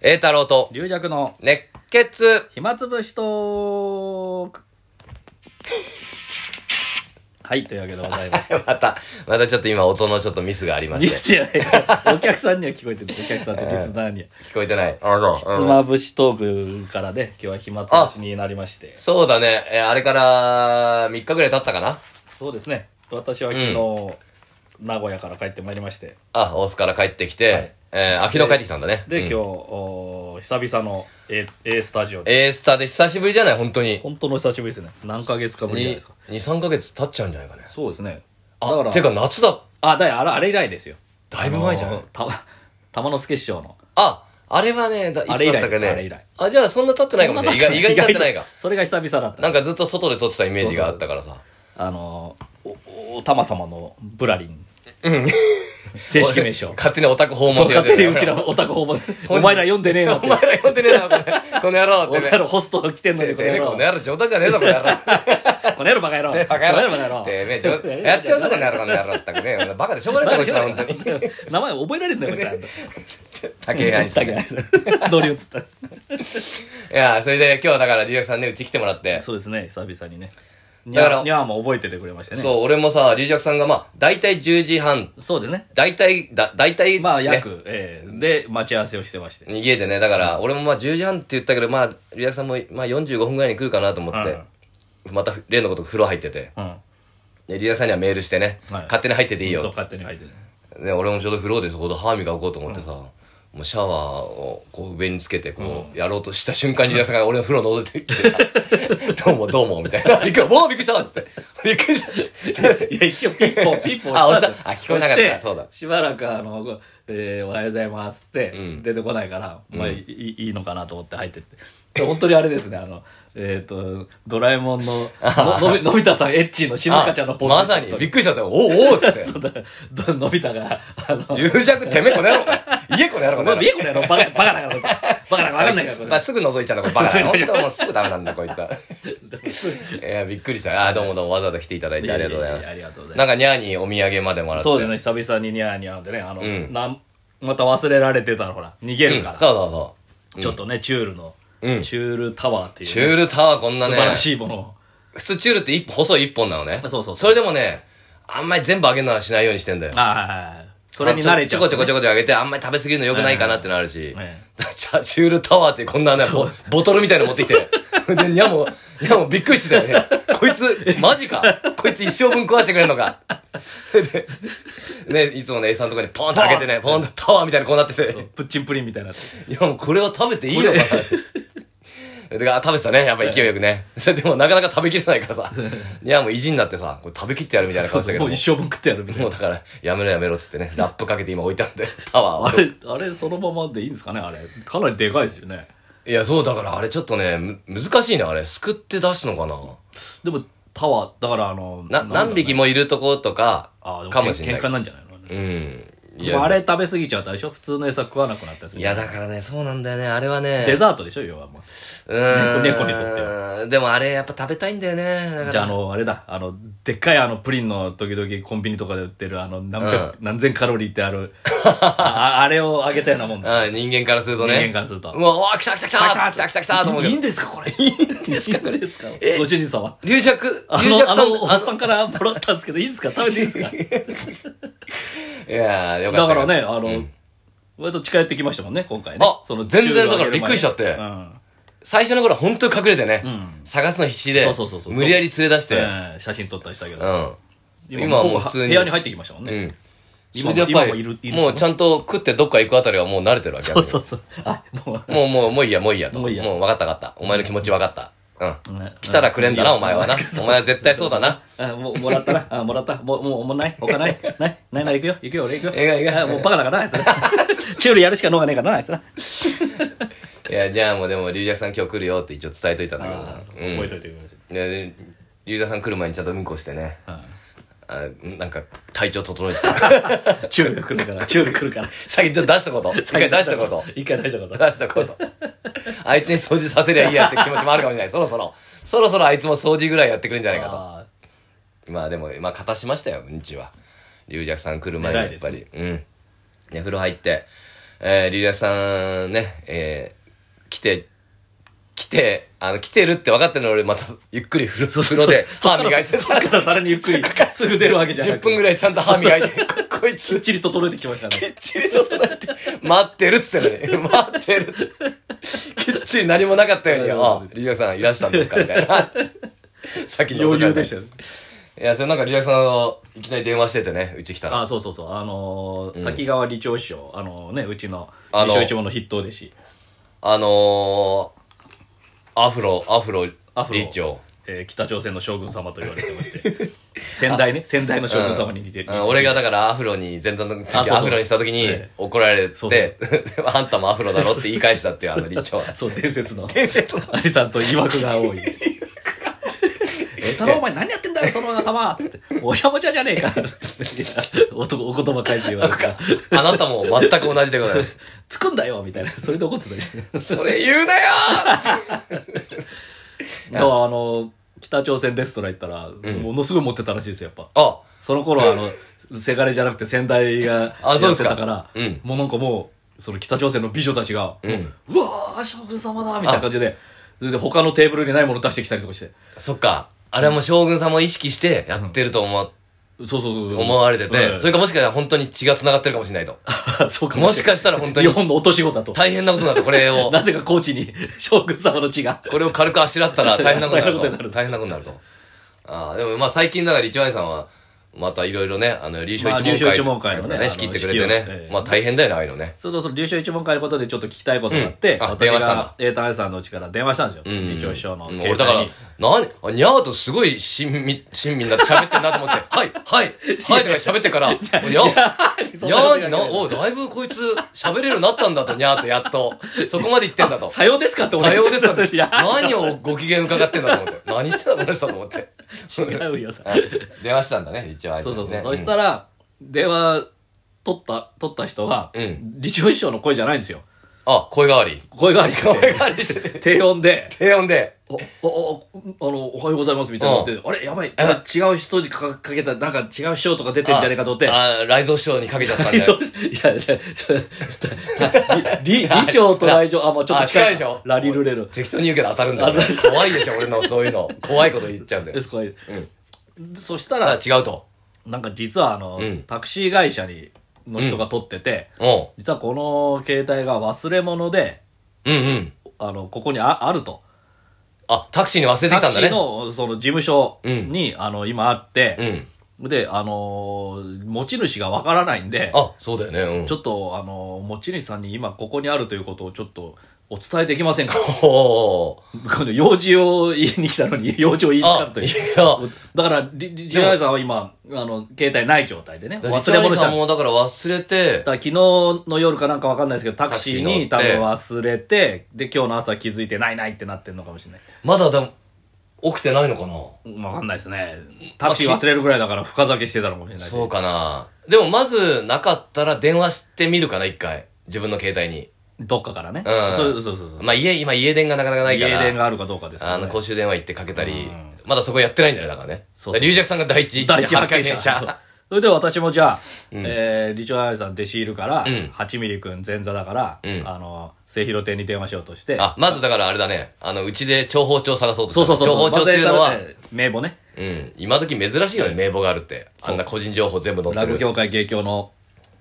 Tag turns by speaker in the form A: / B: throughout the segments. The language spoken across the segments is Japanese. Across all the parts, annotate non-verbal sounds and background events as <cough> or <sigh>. A: 栄太郎と
B: 龍尺の
A: 熱血 <laughs>
B: 暇つぶしトークはいというわけでございます
A: また、またちょっと今音のちょっとミスがありま <laughs>
B: リ
A: して。
B: スじゃないお客さんには聞こえてるお客さんとリスナーには
A: 聞こえてない。あ、
B: ひつまぶしトークからね今日は暇つぶしになりまして
A: そうだね。えーあれから3日ぐらい経ったかな
B: そうですね私は昨日、名古屋から帰ってまいりまして
A: あ、大須から帰ってきて、
B: はい
A: えー、あ、昨日帰ってきたんだね。
B: で、
A: うん
B: 今日、おー久々の A, A スタジオで
A: A スタで久しぶりじゃない本当に。
B: 本当の久しぶりですね何ヶ月かぶりじゃない
A: に
B: ですか、
A: 2、3ヶ月経っちゃうんじゃないかね。
B: そうですねだか
A: あ、
B: ら
A: てか夏だ。
B: あだいあれあれ以来ですよ
A: だいぶ前じゃ
B: あ
A: な
B: の
A: い
B: ーた <laughs> 玉之助師匠の
A: あ、あれはね、だいつ
B: あれ以
A: だっ
B: 来
A: たかね。
B: あれ以来
A: あ、じゃあそんな経ってないかもね。意外意外に経ってないか
B: 意外。とそれが久々だった
A: なんかずっと外で撮ってたイメージがあったからさ。
B: あのーおお玉様のブラリン、正式名称
A: <laughs> 勝手にオタク訪問
B: そう
A: って
B: 勝
A: やつだ
B: 手
A: よ
B: にうちらお宅訪問お前ら読んでねえのって
A: お前ら呼んでねえな、これ。この野郎ってね
B: お前。らホスト来てんの
A: て
B: にこ
A: てめ
B: の
A: え、
B: 野
A: こ
B: 郎
A: の野郎冗談じゃねえぞ、この野郎。
B: この野郎バカ野
A: バカ野郎。
B: 郎この野郎バカ
A: てめえ、
B: 野郎
A: 冗やっちゃうぞ、この野郎、この野郎ったくね。バカでしょうがないから、こいつら、本当に。
B: 名前覚えられんだよ、こいつら
A: 竹井愛さん。い
B: 竹井同僚つった。
A: や、それで今日はだから、龍役さんね、うち来てもらって。
B: そうですね、久々にね。に
A: だから
B: ゃにゃーも覚えててくれましたね。
A: そう、俺もさ、龍役さんがまあ、大体10時半、
B: そうでね。
A: 大体、だ大体、
B: まあ、
A: ね
B: 約、えーで、待ち合わせをしてまして。
A: 逃げてね、だから、俺もまあ10時半って言ったけど、まあ、龍役さんもまあ45分ぐらいに来るかなと思って、また例のこと風呂入ってて、
B: うん。
A: で龍役さんにはメールしてね、
B: はい
A: 勝手に入ってていいよ
B: そう、
A: っ
B: 勝手に入ってね。
A: てね、俺もちょうど風呂でそこで歯磨こうと思ってさ、もうシャワーをこう上につけてこうやろうとした瞬間に龍役さんが俺の風呂のぞいてきてさ <laughs> 「どうもどうも」みたいな「びっくりもうびっくりした!」っつって「びっくりした!」
B: いや、一応ピッ
A: <laughs>
B: ポン、ピッポン
A: あ
B: 押した
A: 押したあ聞こえなかった
B: 押して
A: そうだ
B: しばらく、あの、こうえーおはようございますって
A: うん、
B: 出てこないから、まあ、
A: うん
B: いいいいのかなと思って入ってって。で本当にあれですね、あの、えっ、と、ドラえもんの、の
A: <laughs>
B: のびのび太さん、エッチ <laughs> の静香ちゃんのポーズ。
A: まさにびっくりしちゃったおおおおっつって
B: そうだ、どのび太が、あの、
A: 龍尺てめえこの野郎家この野郎こ
B: お
A: の野
B: 前
A: 郎
B: 見えこれやろ、バカ、バカだから、バカだから分かんないから、こ
A: <laughs> まあ、
B: れ。
A: すぐ覗いちゃうのがバカだよ。本当もうすぐダメなんだ、こい
B: <laughs>
A: つは。いや、びっくりした。あーどうもどうもわざわざ来ていただいてありがとうございま
B: いやいやいやありがとうござ
A: す。
B: います
A: なんかニャーにお土産までもらって。
B: そうだね、久々にニャーニャーでね、あの、
A: うん
B: なんまた忘れられてたら、ほら、逃げ
A: うん。
B: る
A: そ
B: か
A: う
B: ら、
A: そうそう。
B: ちょっとね、チュールの、
A: うん
B: チュールタワーっていう、
A: チュールタワーこんなね
B: 素晴。らしいものを。
A: 普通チュールって一本細い一本なのね。
B: そうそうそう
A: それでもね、あんまり全部あげるのはしないようにしてんだよ。
B: あはいはいはい。それに慣れちゃう、
A: あちょこちょこちょこ
B: こ
A: ちょこあげて、あんまり食べ過ぎるの良くないかなってのあるし。
B: え
A: じゃあ、チュールタワーってこんなね、ボボトルみたいなの持ってきて。で、にゃも、にゃもびっくりしてたよね。こいつ、マジか。こいつ一生分食わしてくれんのか。で、ね、いつもね、A さんのとこにポンとあげてね、ポンとタワーみたいなこうなってて。
B: プッチンプリンみたいになって。
A: いや、もうこれは食べていいのかなって。であ食べてたね。やっぱ勢いよくね。 <laughs> それでもなかなか食べきれないからさ。
B: <laughs>
A: いや、もう意地になってさ、これ食べきってやるみたいな顔したけど。
B: もう一生分食ってやるみたい
A: もうだから、やめろやめろっつってね、ラップかけて今置いてあって、タワーを
B: な。あれ、あれ、そのままでいいんですかね、あれ。かなりでかいですよね。
A: <laughs> いや、そう、だからあれちょっとね、む難しいね、あれ。すくって出すのかな
B: でも、タワー、だから、あの、
A: な、何匹
B: も、
A: もいるとことか
B: あ、
A: かもしれ
B: 喧嘩
A: ない。
B: なんじゃないの
A: うん。い
B: でも
A: や、
B: あれ食べ過ぎちゃうとあれでしょ普通の餌食わなくなったりする
A: いや、だからね、そうなんだよね、あれはね。
B: デザートでしょ要はも
A: うーん
B: 猫にとって
A: は。でもあれやっぱ食べたいんだよね、だか
B: う
A: ら。
B: じゃああのあれだあのでっかいあのプリンの時々コンビニとかで売ってるあの何百、何千カロリーってあ
A: <laughs>
B: るああれをあげたようなもんだ
A: あ人間からするとね。
B: 人間からすると
A: うわ、うわ来た来た来た来た来た来たと思うけ
B: いい
A: ど
B: ん。ですかこれいいんですかこれ
A: え
B: ご主人様
A: 龍尺、
B: あ
A: 龍
B: の、
A: 尺
B: あ
A: さん
B: の、おっさんからもらったんですけど、いいんですか食べてい
A: <laughs>
B: いですか
A: いやーよか
B: だ
A: っ
B: か
A: た
B: ら
A: よ。
B: ね、あの、
A: うん
B: 割と近寄ってきましたもんね、今回ね。
A: あ全然だからびっくりしちゃって
B: うん
A: 最初の頃本当に隠れてね
B: ん、
A: 探すの必死で
B: そうそうそう、そう
A: 無理やり連れ出して、
B: えー写真撮ったりしたけ
A: う
B: ど、
A: ん。今
B: 今
A: は
B: は
A: も
B: も
A: う
B: う
A: 普
B: 普
A: 通
B: 通
A: に
B: に部屋に入ってきましたもん
A: う
B: ね。
A: ん。そ
B: 今
A: れ
B: も
A: でやっぱ
B: 今もいるい
A: り、
B: るの
A: もうちゃんと食ってどっか行くあたりはもう慣れてるわけ
B: そうそうそう。あ、もう。
A: もう、もう、もういいや、もういいやと。も
B: も
A: う
B: ういいや
A: 分かった分かった。お前の気持ち分かった。うん
B: ね。
A: 来たらくれんだな、
B: うん
A: お前はな。お前は絶対そうだな。
B: あ、もう、もらったな。あ、もらった。もう、もう、もうない。他ない。ない。ないない、行くよ。行くよ、俺行くよ。
A: 行くよ行くよ
B: あもうバカだからな、あいつ <laughs> な。チュールやるしか能がねえからな、あいつな。
A: いや、じゃあもうでも、龍尺さん今日来るよって一応伝えといたんだ
B: あ
A: けどな。
B: 覚
A: う
B: え
A: ん
B: といてください。
A: で。龍尺さん来る前にちゃんとうんこしてね。あなんか、体調整えて
B: うんチュールが来るから、チュール来るから。
A: 先に出した
B: <laughs>
A: こと。一回出したこと。。
B: 一回出したこと。
A: 出したこと。あいつに掃除させりゃいいやって気持ちもあるかもしれない。そろそろ。そろそろあいつも掃除ぐらいやってくれんじゃないかと。
B: あ
A: まあでも、まあ、勝たしましたよ、うんちは。龍尺さん来る前に、
B: 偉
A: や
B: い
A: っ
B: です
A: ぱり。うん。ね、風呂入って、えー、リリアさんね、えー、来て、来て、あの、来てるって分かってるの俺また、ゆっくり風呂風呂で、
B: そ
A: 歯
B: っから
A: 磨いて
B: そっからさらにゆっくり、すぐ出るわけじゃな
A: <laughs> 10
B: く
A: 分ぐ
B: らい。
A: らいちゃんと歯
B: <laughs>
A: 磨いて、こ <laughs> こい
B: きっ
A: つ、
B: ちり整えてきました
A: き
B: ね。
A: っちりと備えて、待ってるっつって
B: <laughs>
A: るね。待ってるって。きっちり何もなかったように、
B: なるほど
A: あ、リリアさんいらしたんですかみたいな。
B: <laughs>
A: 先に
B: 余裕でしたよ。
A: いや、それなんかリリアさんの、いきなり電話しててね、うち来たら。
B: あ、そうそうそう。あのー
A: うん
B: 滝川理長師匠、あのーね、うちの、
A: あの
B: 理長一門の筆頭弟子、
A: あのー、アフロ、アフロ、
B: アフロ
A: 理長。
B: えー北朝鮮の将軍様と言われてま
A: <laughs>
B: して、先代ね、先代の将軍様に似てる。
A: うんうん俺がだからアフロに、前座の時
B: あそうそう
A: アフロにした時に
B: ええ
A: 怒られて、
B: そうそう
A: <laughs> あんたもアフロだろって言い返したっていう、あの理長 <laughs> は。
B: <laughs> そう、伝説の。
A: 伝説
B: <laughs>
A: の。
B: アリさんと疑惑が多い。え、太郎お前何やってんだよ、その頭つって。おしゃもちゃじゃねえか。 <laughs> 男、お言葉返すよ。なんか、
A: あなたも全く同じでございます。
B: つくんだよみたいな。それで怒ってたり
A: <laughs>
B: して。だか
A: それ言うなよ
B: <laughs> ら、あの、北朝鮮レストラン行ったら、ものすごい持ってたらしいですよ、やっぱ。
A: あ、
B: その頃は、あの、せがれじゃなくて先代が
A: あそう
B: や
A: で
B: っ
A: す
B: て
A: か
B: たから、
A: うん
B: もうなんかもう、その北朝鮮の美女たちが、
A: うん
B: もううわー、将軍様だみたいな感じで、それで他のテーブルにないもの出してきたりとかして。
A: そっか。あれはもう将軍様を意識してやってると思,、
B: そうそうそう。
A: 思われてて、
B: うん
A: それかもしかしたら本当に血が繋がってるかもしれないと。
B: <laughs> そうか
A: もしかしたら本当に
B: 日本の落とし子だと。
A: 大変なことになると、これを。
B: <laughs> なぜかコーチに将軍様の血が。
A: これを軽くあしらったら大変なことになる
B: <laughs> 大変なこ
A: と。大変なことに
B: とになる
A: なると。ああ、でもまあ最近だから一番さんは、またいろいろね、あの、流暢一
B: まあ流
A: 問
B: 暢
A: 会
B: 一
A: と
B: 門
A: か
B: 会
A: ね
B: のね、
A: 仕切ってくれて
B: あの仕切りを
A: ね
B: え。え
A: まあ大変だよね、ああいうのね。
B: そのその、流暢一問会のことでちょっと聞きたいことがあって、
A: うんあ
B: 私が
A: 電話したんだ
B: エータンさんのうちから電話したんですよ。
A: うんうん
B: 流暢師匠の
A: うん
B: 携帯
A: 俺だ
B: に。
A: から、何あにゃーとすごい親身、親身になって喋ってんなと思って、はい、はい、はいとか喋ってから、
B: <laughs>
A: にゃー、にゃ <laughs>
B: そんなこと
A: ー
B: 言
A: に
B: わ
A: な、
B: れて
A: おうだいぶこいつ喋れるようになったんだと、にゃーとやっと。そこまで言ってんだと。
B: さようですかって
A: <laughs>
B: 俺
A: さようですかって
B: いや、
A: 何をご機嫌伺ってんだと思って。何してたこの人と思って。
B: <laughs> 違うよ、さ。
A: <laughs> はい電話したんだね、一応あいつ
B: そう
A: に
B: そうそう。
A: ね
B: そしたら、電話取った、取った人が、
A: うん
B: 理長師匠の声じゃないんですよ。
A: あ、声変わり。
B: 声があり
A: 声変わりしてて。
B: 低音で、
A: 低音で。
B: お、お、お、あの、おはようございますみたいになって、あれ、やばい、なんか違う人にかかけた、なんか違う師匠とか出てんじゃねえかと思って、
A: あ、あ雷蔵師匠にかけちゃったん
B: 理
A: だよ。
B: いや、いやちょ
A: <laughs>
B: 理理理長と来場、あ、もうちょっと
A: あ
B: 近
A: 近い
B: い
A: でしょ
B: ラリルレル。
A: 適当に言うけど当たるんだよ。怖いでしょ、俺のそういうの。怖いこと言っちゃうんだ
B: で
A: よ。
B: すこれ
A: うん。
B: そした
A: あ
B: ら、
A: 違うと。
B: なんか実はあの、
A: うん
B: タクシー会社に、の人が取ってて、
A: うん。
B: 実はこの携帯が忘れ物で、
A: うんうん。
B: あの、ここにああると。
A: あ、タクシーに忘れてき
B: タク
A: たん
B: シ
A: だ
B: ー
A: ね。
B: の、その事務所に、あの、今あって、
A: うん。
B: で、あのー、持ち主がわからないんで、
A: あ、そうだよね。うん。
B: ち
A: ちょ
B: ょっと、あのー、持ち主さんに今ここにあるということをちょっとお伝えできませんか <laughs>
A: っと。
B: この用事を言いに来たのに、 <laughs> 用事を言いに来た
A: あ
B: と、
A: い
B: いう。
A: や。
B: だから、リリリアイさんは今、あの、携帯ない状態でね、忘
A: 忘
B: れ
A: れ
B: 物
A: 物
B: し
A: さ
B: たの
A: ん
B: だ
A: もだから忘れて
B: か、ら昨日の夜かなんかわかんないですけど、タクシーに
A: タ
B: 多
A: クシー
B: 分
A: 乗
B: 忘れて、で、今日の朝気づいてないないってなってんのかもしれない。
A: まだだ、起きてないのかな
B: うんわかんないですね。タクシー忘れるぐらいだから深酒してたのかもしれない。
A: そうかな。でもまず、なかったら電話してみるかな、一回。自分の携帯に。
B: どっかからね。
A: うん
B: そうそうそうそう。
A: まあ家、今家電がなかなかない
B: 家
A: から。
B: 電があるかどうかです
A: あ
B: よ
A: の、
B: ね。
A: 公衆電話行ってかけたり
B: うん、
A: まだそこやってないんだよね、だからね。
B: そうそう
A: 龍尺さんが第一、
B: 第一発見者。そ
A: 者
B: う。それで私もじゃあ、
A: うん
B: えー、リチョアイさん弟子いるから、
A: うん
B: 8ミリ君前座だから、
A: うん
B: あの、末広亭に電話しようとして、
A: あ、まずだからあれだね、あの、うちで長包丁探そうと
B: そうそうそう。
A: 長包丁っていうの
B: ま
A: は
B: ず、えー名簿ね。
A: うん、今時珍しいよね、名簿があるって。あんな個人情報全部載
B: ラ
A: って
B: グ
A: る。
B: 協会芸協の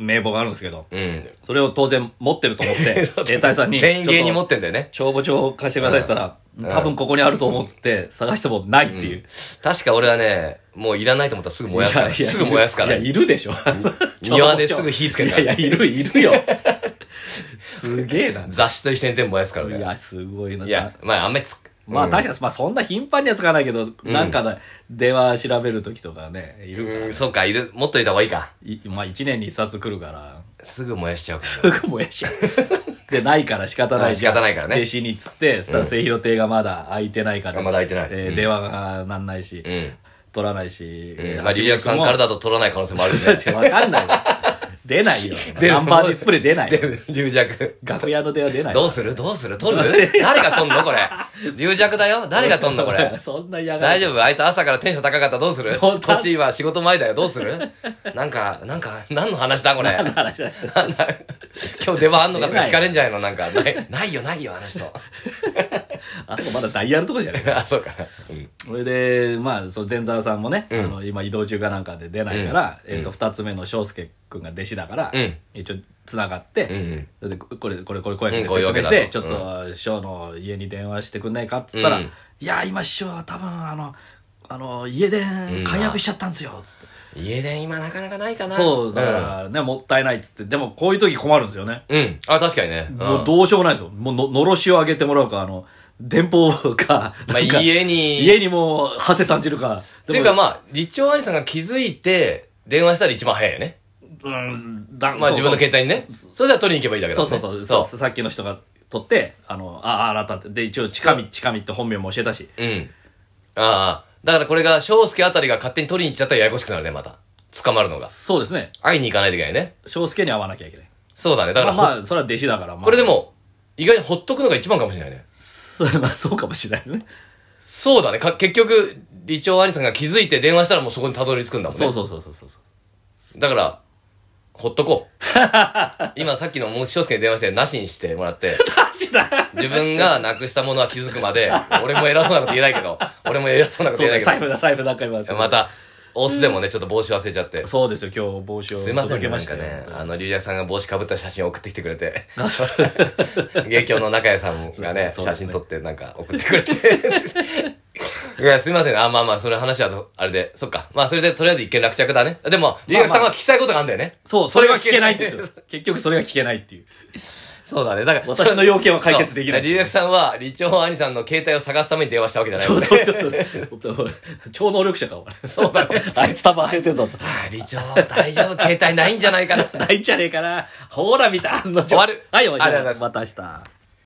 B: 名簿があるんですけど、
A: うん。
B: それを当然持ってると
A: <laughs>
B: 思って、兵隊さんに、
A: 全員芸人持
B: っ
A: ってんだよね。
B: 帳簿帳を貸してくださいって言ったら、多分ここにあると思うっつって、探してもないっていう。
A: 確か俺はね、もういらないと思ったらすぐ燃やすから。すぐ燃やすから
B: い。や、いるでしょ。
A: 庭ですぐ火つける
B: る
A: か
B: からら。いやいや、いる、いる
A: <laughs>
B: よ。すげえな。
A: 雑誌と一緒に全部燃やすから
B: い
A: ね。
B: や、すごいな。
A: いや、まああんまりつく。
B: まあ
A: うん
B: 確かに、まあそんな頻繁には使わないけど、なんかの電話調べるときとかね、いるから
A: うん、そうか、いる、持っといた方がいいか。
B: いまあ1年に1冊来るから、
A: すぐ燃やしちゃうから。
B: すぐ燃やしちゃう。
A: <laughs>
B: で、ないから仕方ないじゃん
A: 仕方ないからね
B: 弟子にっつって、そしたら末広亭がまだ空いてないから。
A: あまだ空いてない
B: え
A: う
B: ー
A: ん
B: 電話がなんないし、
A: うん。
B: 取らないし。
A: うん、まあ、リリアクさんからだと取らない可能性もあるしね。
B: だ。わかんないよ。
A: <laughs>
B: 出ないよ。
A: 出る
B: ナンバーディスプレイ出ないよ。
A: で、龍弱。
B: 楽屋の電話出ないよ。。
A: どうするどうする取る誰が取んのこれ。龍弱だよ誰が取んのこれ
B: <laughs> そんな嫌がら
A: 大丈夫あいつ朝からテンション高かったどうする
B: ど
A: こ
B: うだ
A: っち今仕事前だよどうするなんか、なんか、何の話だこれ。
B: 夫。話だ
A: なんだ <laughs> 今日出番あんのかとか
B: 出ない
A: 聞かれんじゃないのなんか、ない、ないよ、ないよ、あの人。 <laughs>
B: あとまだダイヤルとかじゃない
A: あ、そうか。うん。
B: それで、まあ、その前澤さんもね、
A: うん
B: あの今移動中かなんかで出ないから、えっ、と、二つ目の翔介くんが弟子だから、
A: うん
B: 一応繋がっ
A: うんう
B: て、
A: ん。
B: それでこれ、これ、これ、声かけ
A: うん
B: て
A: こういう
B: 説
A: わけ
B: 明
A: だ
B: し
A: と
B: て、ちょっと、翔の家に電話してくんないかっつったら、
A: うん
B: いや、今、師匠は多分、あの、あの、家電解約しちゃったんですよ、つって。
A: 家電今なかなかないかな。
B: そう、だからね、もったいないっつって、でもこういう時困るんですよね。
A: うん。うん。あ、確かにね。ん
B: もうどうしようもないですよ。もうの、のろしを上げてもらうか、あの、電報か、
A: まあ
B: なんか
A: 家に
B: 家にもう、馳せさんじるか。
A: っていうかまあ、立長兄さんが気づいて、電話したら一番早いよね。
B: うん、だ
A: まあ
B: そう
A: 自
B: そう
A: 分の携帯にね。それじゃ取りに行けばいいだけだも
B: そうん
A: ね
B: そうそうそうさっきの人が取って、あの、ああ、あなたって。で、一応、近道、近道って本名も教えたし。
A: う。うん。ああ。だからこれが、翔介あたりが勝手に取りに行っちゃったらややこしくなるね、また。捕まるのが。
B: そうですね。
A: 会いに行かないといけないね。
B: 翔介に会わなきゃいけない。
A: そうだね。だから、
B: まあ、
A: ほ
B: まあそれは弟子だから、まあ。
A: これで、も、意外にほっとくのが一番かもしれないね。
B: そう <laughs> まあ、そうかもしれないですね。
A: そうだね。か結局、理長兄さんが気づいて電話したらもうそこにたどり着くんだもんね。
B: そうそうそうそうそう。
A: だから、ほっとこう。 <laughs> 今さっきのもう翔介に電話して、なしにしてもらって。自分がなくしたものは気づくまで、俺も偉そうなこと言えないけど、俺も偉そうなこと
B: そう
A: 言え
B: ね、
A: ない
B: 財
A: け
B: 布だ、財布だ、買います。
A: ど、また、大須でもね、ちょっと帽子忘れちゃって。
B: そうですよ、今日帽子を
A: すいませんね、
B: 届け
A: な
B: ま
A: ん
B: した
A: か
B: よ
A: ね、あの、龍也さんが帽子かぶった写真を送ってきてくれて、
B: あそうそ
A: <laughs>
B: う
A: 芸協の中谷さんがね、
B: <laughs> そう
A: 写
B: ですね
A: 真撮ってなんか送ってくれて。 <laughs> いや、すいませんね。あ、まあまあ、それ話はど、あれで、そっか。まあ、それでとりあえず一件落着だね。でも、龍也さんは聞きたいことがあるんだよね。
B: そう、それが聞けないんですよ。結局それが聞けないっていう。
A: <laughs> そうだね。だから、
B: 私の要件は解決できない
A: そう龍也さんは、李長兄さんの携帯を探すために電話したわけじゃないも
B: そ
A: ん
B: う
A: ね。
B: そうそうそう。超能力者か、お前。そうだね。あいつ多分入ってんぞ
A: <laughs>
B: と。
A: あー理長、大丈夫、携帯ないんじゃないかな。
B: ないんじゃねえかな。ほら、見た。あの
A: 終わる
B: はい、終わり
A: ありがとうございます
B: また明日。